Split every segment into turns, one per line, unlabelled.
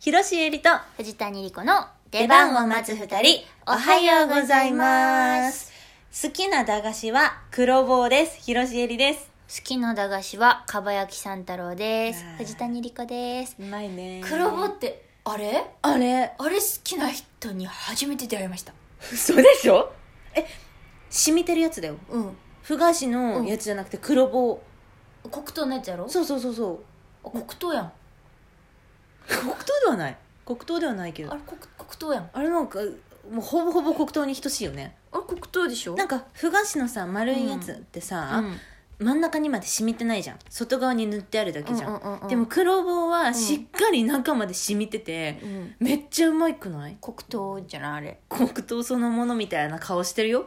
広瀬えりと
藤谷莉子の
出番を待つ二人、おはようございます。好きな駄菓子は黒棒です。広瀬えりです。
好きな駄菓子はかば焼き三太郎です
あー
藤谷莉子です
うまいね
黒棒ってあれ
あれ
あれ好きな人に初めて出会いました
嘘でしょえ、染みてるやつだよ。
うん
ふ菓子のやつじゃなくて黒棒。
黒糖のやつやろ
そうそうそうそう。
あ黒糖やん
黒糖ではない。黒糖ではないけど。
あ
あ
れ
れ
黒黒糖やん
なんか、もうほぼほぼ黒糖に等しいよね。
あれ黒糖でしょ
なんか、ふ菓子のさ、丸いやつって
う
さ、
ん
真ん中にまで染みてないじゃん。外側に塗ってあるだけじゃん。
うんうんうん
でも黒棒はしっかり中まで染みてて、
うん
めっちゃうまいくない
黒糖じゃないあれ
黒糖そのものみたいな顔してるよ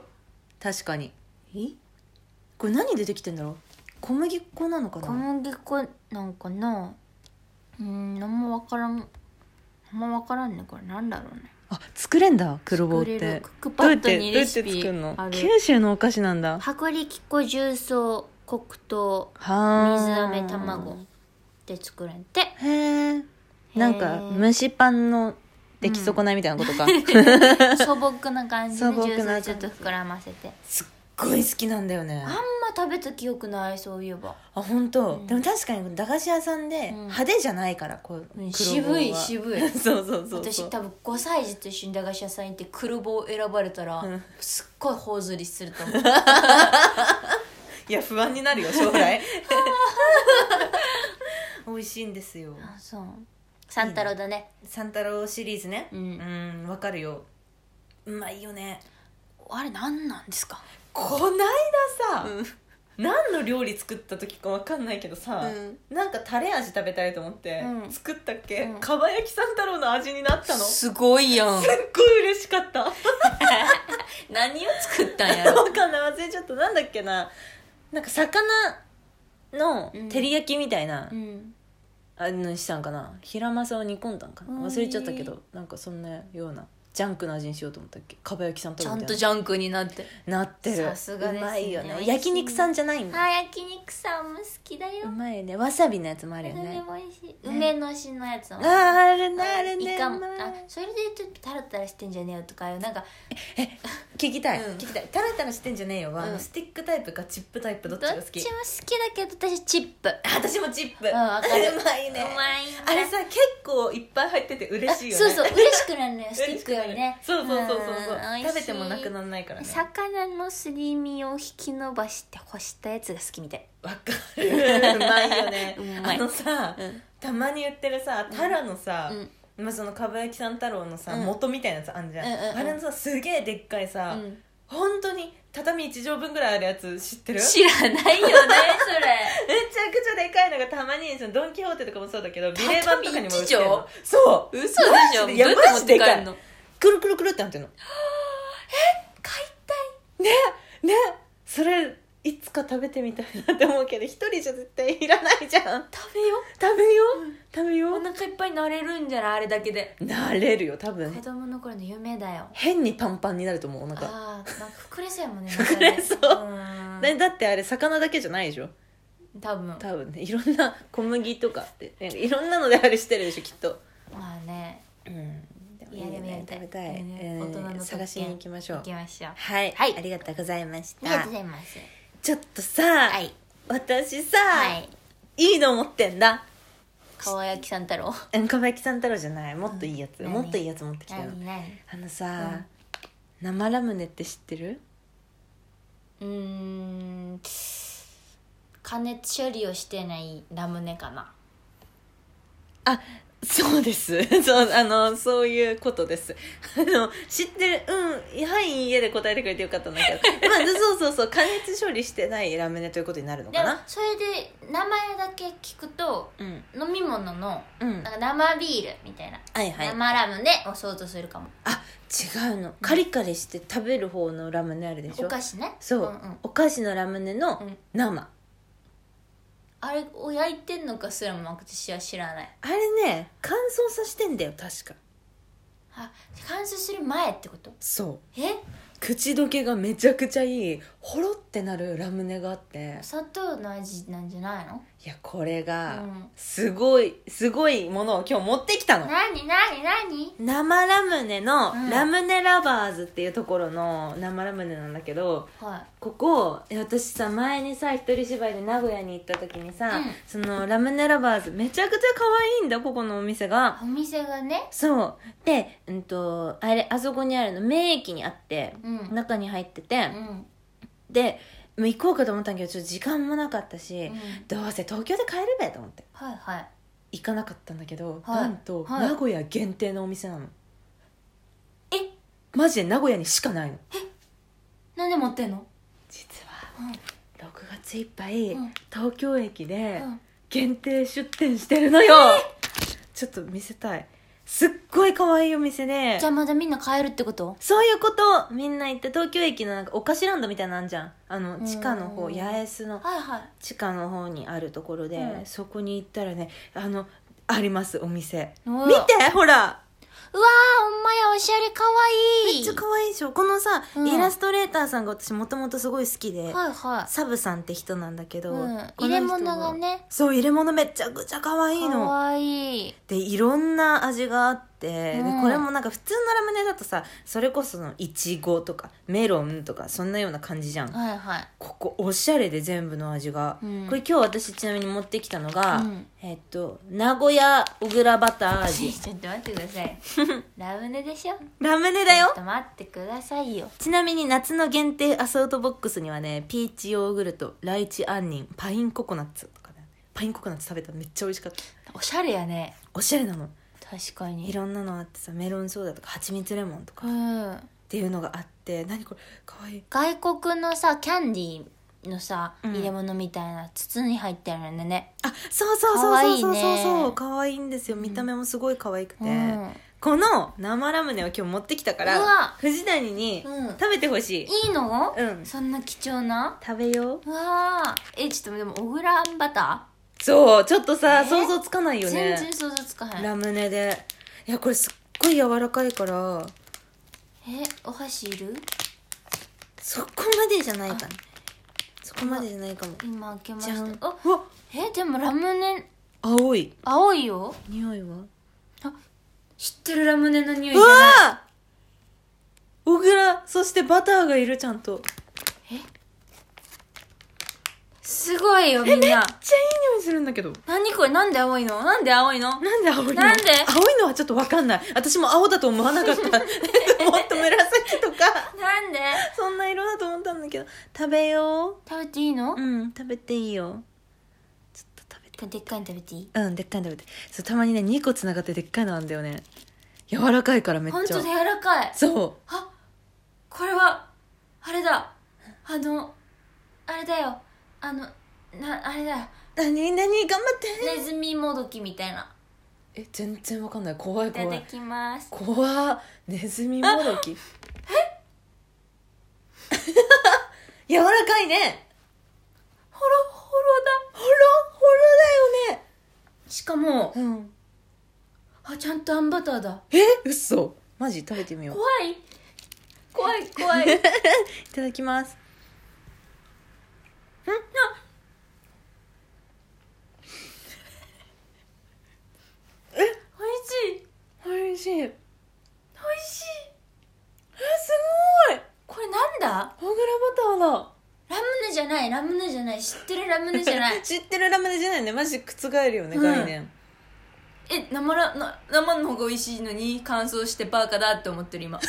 確かに
え
これ何出てきてんだろう小麦粉なのか
小
な
麦粉なんかなうん何もわからん何もわからんねこれなんだろうね
あ作れんだ黒棒っ
作れ
て
るクックパ
どうや
ッ
っ
ド
てど
に
う
レ
やって
シピ
作るの
ある
九州のお菓子なんだは
薄力粉重曹黒糖
あ
水飴卵で作れんて
へえなんか
へー
蒸しパンの出来損ないみたいなこと か、すっ
素朴な感じで
素朴な
重曹
感
で
じ
ちょっと膨らませて
ごい好きなんだよね
あんま食べた記憶ないそういえば
あ本当、
うん
でも確かに駄菓子屋さんで
ん
派手じゃないから、こう黒棒は
渋い渋い
そうそうそうそう
私多分5歳児と一緒に駄菓子屋さん行って黒棒を選ばれたら、
ん
すっごい頬ずりすると 思う
いや不安にな るよ将来美味しいんですよ
あそう三太郎だね
三太郎シリーズね
うん
んわかるようまいよね
あれ何なんですか
こないださ、何の料理作った時かわかんないけどさ、なんかタレ味食べたいと思って、
うん
作ったっけ、
うん
かば焼き三太郎の味になったのす
すごいや ん
っごい嬉しかったわ
何を作った んやろ
かんない忘れちゃったなんだっけななんか魚の照り焼きみたいな、
うん
あのにしたんかなヒラマサを煮込んだんかな
うん
忘れちゃったけどなんかそんなようなジャンクな味にしようと思ったっけかば焼きさんと
ちゃ
み
ん
た
と
い
ジャンクになって
ななってる
さすがですね
うまいよ
美
ね
味しいね
焼肉さんじゃないんだ
あ焼肉さんも好きだ
う
よ
まいよねわさびのやつもあ
あ
る
れ
よ
も
ね
美味しい梅のしのやつ
あ
も
ーあるねあるね
イカも
うまい
あそれでちょっとタラタラしてんじゃねえよとかいうなんか
聞きたい、
うん
聞きたいタラタラしてんじゃねえよは、あ
うん
のスティックタイプかチップタイプど
ど
っ
っ
ち
ち
が
も
好
好
き
きだけど私チップ
あ私もチップ、
うんわかる
うまいね
うまいね
あれさ結構いっぱい入ってて嬉しいよね
そうそう嬉しくなるのよスティ
嬉し
ッ
く
クよ
なる
りね
そうそうそうそうそうん
美
食
味
べ
しい
てもなくならないからね
魚のすり身を引き伸ばして干したやつが好きみたい
わかるうまいよね
うま
あ
い
のさ、
うん
たまに売ってるさタラのさ、
うん
まあ、そのかば焼きさん太郎のさ、
うん
元みたいなやつあんじゃん,、
うんうんうん
あれのさすげえでっかいさ、
うん
本当に畳1畳分ぐらいあるやつ知ってるめち
知らないよね
ゃくちゃでかいのがたまにそのドン・キホーテとかもそうだけどビレバンとかにも売ってる
畳一
のそう
嘘で し
マ
ょ
ジ
ど
で
う
い
や
や
って
マ
持
ジ
っ
で
て
か
帰
い
んの
くるくるくるってなってるの
解体
ねねそれいつか食べてみたいなって思うけど一人じゃ絶対いらないじゃん
食べよ
食べよう、食べよ
お
う
腹いっぱいになれるんじゃないあれだけで
なれるよ多分
子供の頃の夢だよ
変にパンパンになると思うお腹
あーなんか膨れそうやも んね
膨れそう
なんかね
だだってあれ魚だけじゃないでしょ
うん多分
多分ねいろんな小麦とかってなんかいろんなのであれしてるでしょきっと
うんまあね
うん
いやでもやりたい
食べたい、
ね
えー
大人の特権
探しに行きましょう
行きましょうあ
はい、
はい
ありがとうございまし
りが
た
とうございます
ちょっとさ、
はい
私さ、
はい
い、いの持ってんだ
かわやきさん太郎
うんかば焼きさん太郎じゃないもっといいやつ、
うん
もっといいやつ持ってきたよ
何何
あのさ、生ラムネって知ってる
うーん加熱処理をしてないラムネかな
あそうです そうあのそういうことです あの知ってるうんはい家で答えてくれてよかったん だけど、まあ、そうそうそう加熱処理してないラムネということになるの
で
か
も
な
それで名前だけ聞くと
うん
飲み物の
うん
なんか生ビールみたいな、
はいはい
生ラムネを想像するかも
あ違うのカリカリして食べる方のラムネあるでしょ
お菓子ね
そう、
んん
お菓子のラムネの
うん
生、
あれを焼いてんのかすらも私は知らない
あれね乾燥させてんだよ確か
あ乾燥する前ってこと
そう
え
口どけがめちゃくちゃいいほろってなるラムネがあって
砂糖の味なんじゃないの
いやこれが
うん
すごいすごいものを今日持ってきたの
なになになに
生ラムネの
うん
ラムネラバーズっていうところの生ラムネなんだけど
は
ここえ私さ前にさ一人芝居で名古屋に行った時にさ、
うん
そのラムネラバーズめちゃくちゃ可愛いんだここのお店が
いお店がね
そうで、うん、とあれあそこにあるの名駅にあって
うんうん
中に入ってて
う、ん
でもう行こうかと思ったんだけどちょっと時間もなかったし、
はい
どうせ東京で帰るべと思って
はい
行かなかったんだけど、
はい
なんと、
はい
名古屋限定のお店なの
え
マジで名古屋にしかないの
なんで持ってんの
実
うん
は6月いっぱい、
うん
東京駅で
うん
限定出店してるのよ、ちょっと見せたいすっごい可愛いお店で
じゃあまだみんな買えるってこと
そういうことみんな行って東京駅のなんかお菓子ランドみたいなのあんじゃんあの
ん
地下の方八重洲の
はいはい
地下の方にあるところで、
うん
そこに行ったらねあのありますお店
うわ
見てほら
うわーほんまやおしゃれかわい
め
い
っちゃ可愛いでしょこのさ、
うん
イラストレーターさんが私もともとすごい好きで、
はいは
サブさんって人なんだけ
い、
ど、
う
こ
ん
の、人
入れ物
は
がね
そう入れ物めちゃくちゃ可愛い
か
の
わいい
でいろんな味があって、で
うん
これもなんか普通のラムネだとさそれこそのいちごとかメロンとかそんなような感じじゃん、
はいはい
ここおしゃれで全部の味が、
うん
これ今日私ちなみに持ってきたのが、
うん
えっと名古屋小倉バター味
ちょっと待ってください ラムネでしょ
ラムネだよ
ちょっと待ってくださいよ
ちなみに夏の限定アソートボックスにはねピーチヨーグルトライチ杏仁パインココナッツとかねパインココナッツ食べたらめっちゃ美味しかった
おしゃれやね
おしゃれなの
確か
い
に
ろんなのあってさメロンソーダとか蜂蜜レモンとかっ
うん
ていうのがあって何これかわいい
外国のさキャンディーのさ
うん
入れ物みたいな筒に入ってるのね、
あそうそう
か
そう
わ
そう
いい
そう
ね
そうそうかわいいんですよ見た目もすごい可愛くて、
うん
この生ラムネを今日持ってきたか
う
ら
わ
藤谷に
うん
食べてほしい、
いいの、
うん
そんな貴重な
食べよう
うわあえちょっとでも小倉あんバタ
そうちょっとさ
ね
想像つかない
ー、
よ
全
ね
然想像つかへん
ラムネでいやこれすっごい柔らかいから
えお箸いる
そこまでじゃないかなそこまでじゃないかも
今開けま
じゃん
したあ
うわ
えでもラムネ
青い
青いよ
匂いは
知ってるラムネの匂いうじゃない
わー小倉そしてバターがいるちゃんとめっ
すごいよみんな
ちゃいい匂いするんだけど
何これなんで青いのなんで青いの
なんで青いの
なんで
青いのはちょっと分かんない私も青だと思わな かったもっと紫とか
なんで
そんな色だと思ったんだけど食べよ
食べていいの
ううん食べていいよちょっと食べて
でっかいの食べていい
うんでっかいの食べてそうたまにね2個つながってでっかいのあんだよね柔らかいからめっ
ほん
ちゃ
と柔らかい
そう
あこれはあれだあのあれだよあのなあれだよ
何何頑張って
ネズミもどきみたいな
え全然わかんない怖い
いた
怖
だ
い
きます
怖っネズミもどきえ 柔らかいね
ほろほろ
ほろほろ
だしかも
だよねうん
あちゃんとあんバターだ
え嘘マジ食べてみよう
怖い怖い 怖い
いただきます
おいしい
おいしいえ
おいしい
すごい
これなんだ
小倉バターだ
ラムネじゃないラムネじゃない知ってるラムネじゃな い
知ってるラムネじゃないねマジ覆るよね、
うん
概念
え生ラな生の方が美味しいのに乾燥してバカだって思って る今
こ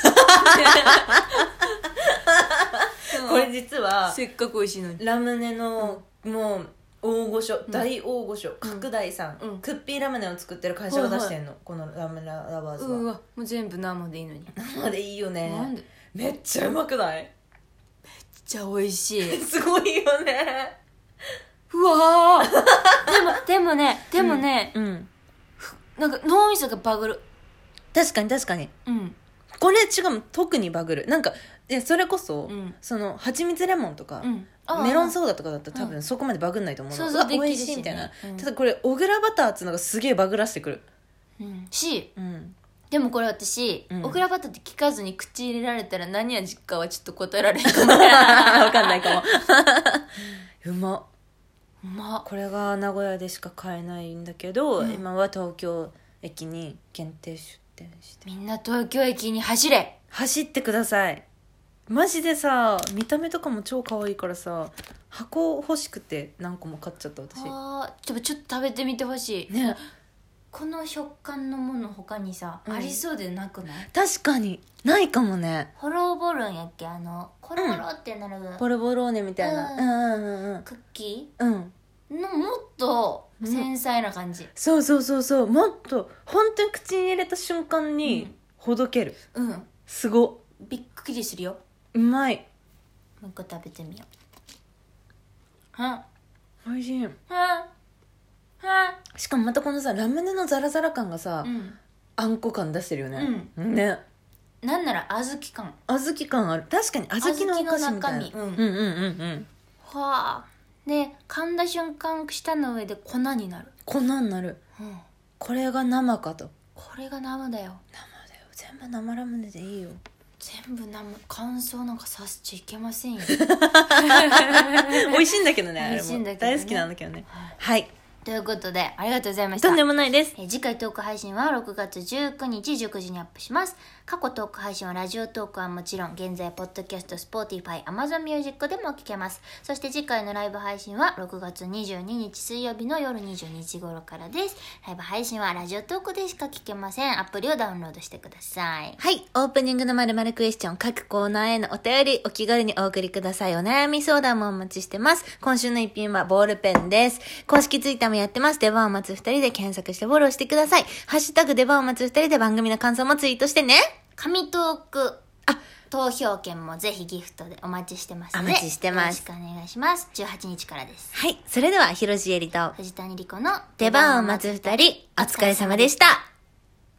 れ実は
せっかく美味しいのに
ラムネの、もう大御所、大大御所拡大さん、
うん
クッピーラムネを作ってる会社が出してんの、このラムネラバーズ
う
は
わもう全部生でいいのに
生でいいよね
なんで
めっちゃうまくない
じゃあ美味しい
すごいよね
うわーでもでもねでもね、
うん
なんか脳みそがバグる
確かに確かに
うん
これ違うもん特にバグるなんかいやそれこそ、
うん
その蜂蜜レモンとか、
うんあ
メロンソーダとかだったら多分そこまでバグんないと思うの、
想
う
像
わ
できる
美
し
味しいみたいな、
うん
ただこれ小倉バターっつうのがすげえバグらしてくる
うんし
うん
でもこれ私、
うん
オクラバターって聞かずに口入れられたら何味かはちょっと答えられないかも
わかんないかもうまっ
うまっ
これが名古屋でしか買えないんだけど、
うん
今は東京駅に限定出店して
みんな東京駅に走れ
走ってくださいマジでさ見た目とかも超可愛いからさ箱欲しくて何個も買っちゃった私
あーでもちょっと食べてみてほしい
ね
この食感のもの他にさ、
うん
ありそうでなくない
確かにないかもね
ホローボロンやっけあのコロコロってなる、
ボルボローネみたいなうんうんうん
クッキ
うんうん
ーのもっと繊細な感じ、
そうそうそうそうもっと本当に口に入れた瞬間
う
に
ん
ほどける、
うん、
すごっ
びっくりするよ
うまい
もう一個食べてみようはん
美味しい
はんはん
しかもまたこのさラムネのザラザラ感がさ、
うん
あんこ感出してるよね、ね
なんなら小豆感
小豆感ある確かに小豆のお菓子みたいな
小豆の中身うん
うんうんうんうん
はあで噛んだ瞬間舌の上で粉になる、
粉になる
うん、
これが生かと
これが生だよ
生だよ全部生ラムネでいいよ
全部生乾燥なんかさせちゃいけ ませんよ
美味しいんだけどねあれ
美味しいん
も
だけどね
大好きなんだけどねはい
ということでありがとうございました
とんでもないです
えー次回トーク配信は6月19日19時にアップします過去トーク配信はラジオトークはもちろん現在ポッドキャスト Spotify Amazon Music でも聞けますそして次回のライブ配信は6月22日水曜日の夜22時頃からですライブ配信はラジオトークでしか聞けませんアプリをダウンロードしてください
はい。オープニングのまるまるクエスチョン、各コーナーへのお便り、お気軽にお送りください。お悩み相談もお待ちしてます。今週の一品はボールペンです。公式ツイッターもやってます。出番を待つ二人で検索してフォローしてください。ハッシュタグ出番を待つ二人で番組の感想もツイートしてね。
紙トーク投票券もぜひギフトでお待ちしてますので
お待ちしてます
よろしくお願いします18日からです
はい。それでは、広ロジエリと、
藤谷莉子の
出番を待つ二人、お疲れ様でした。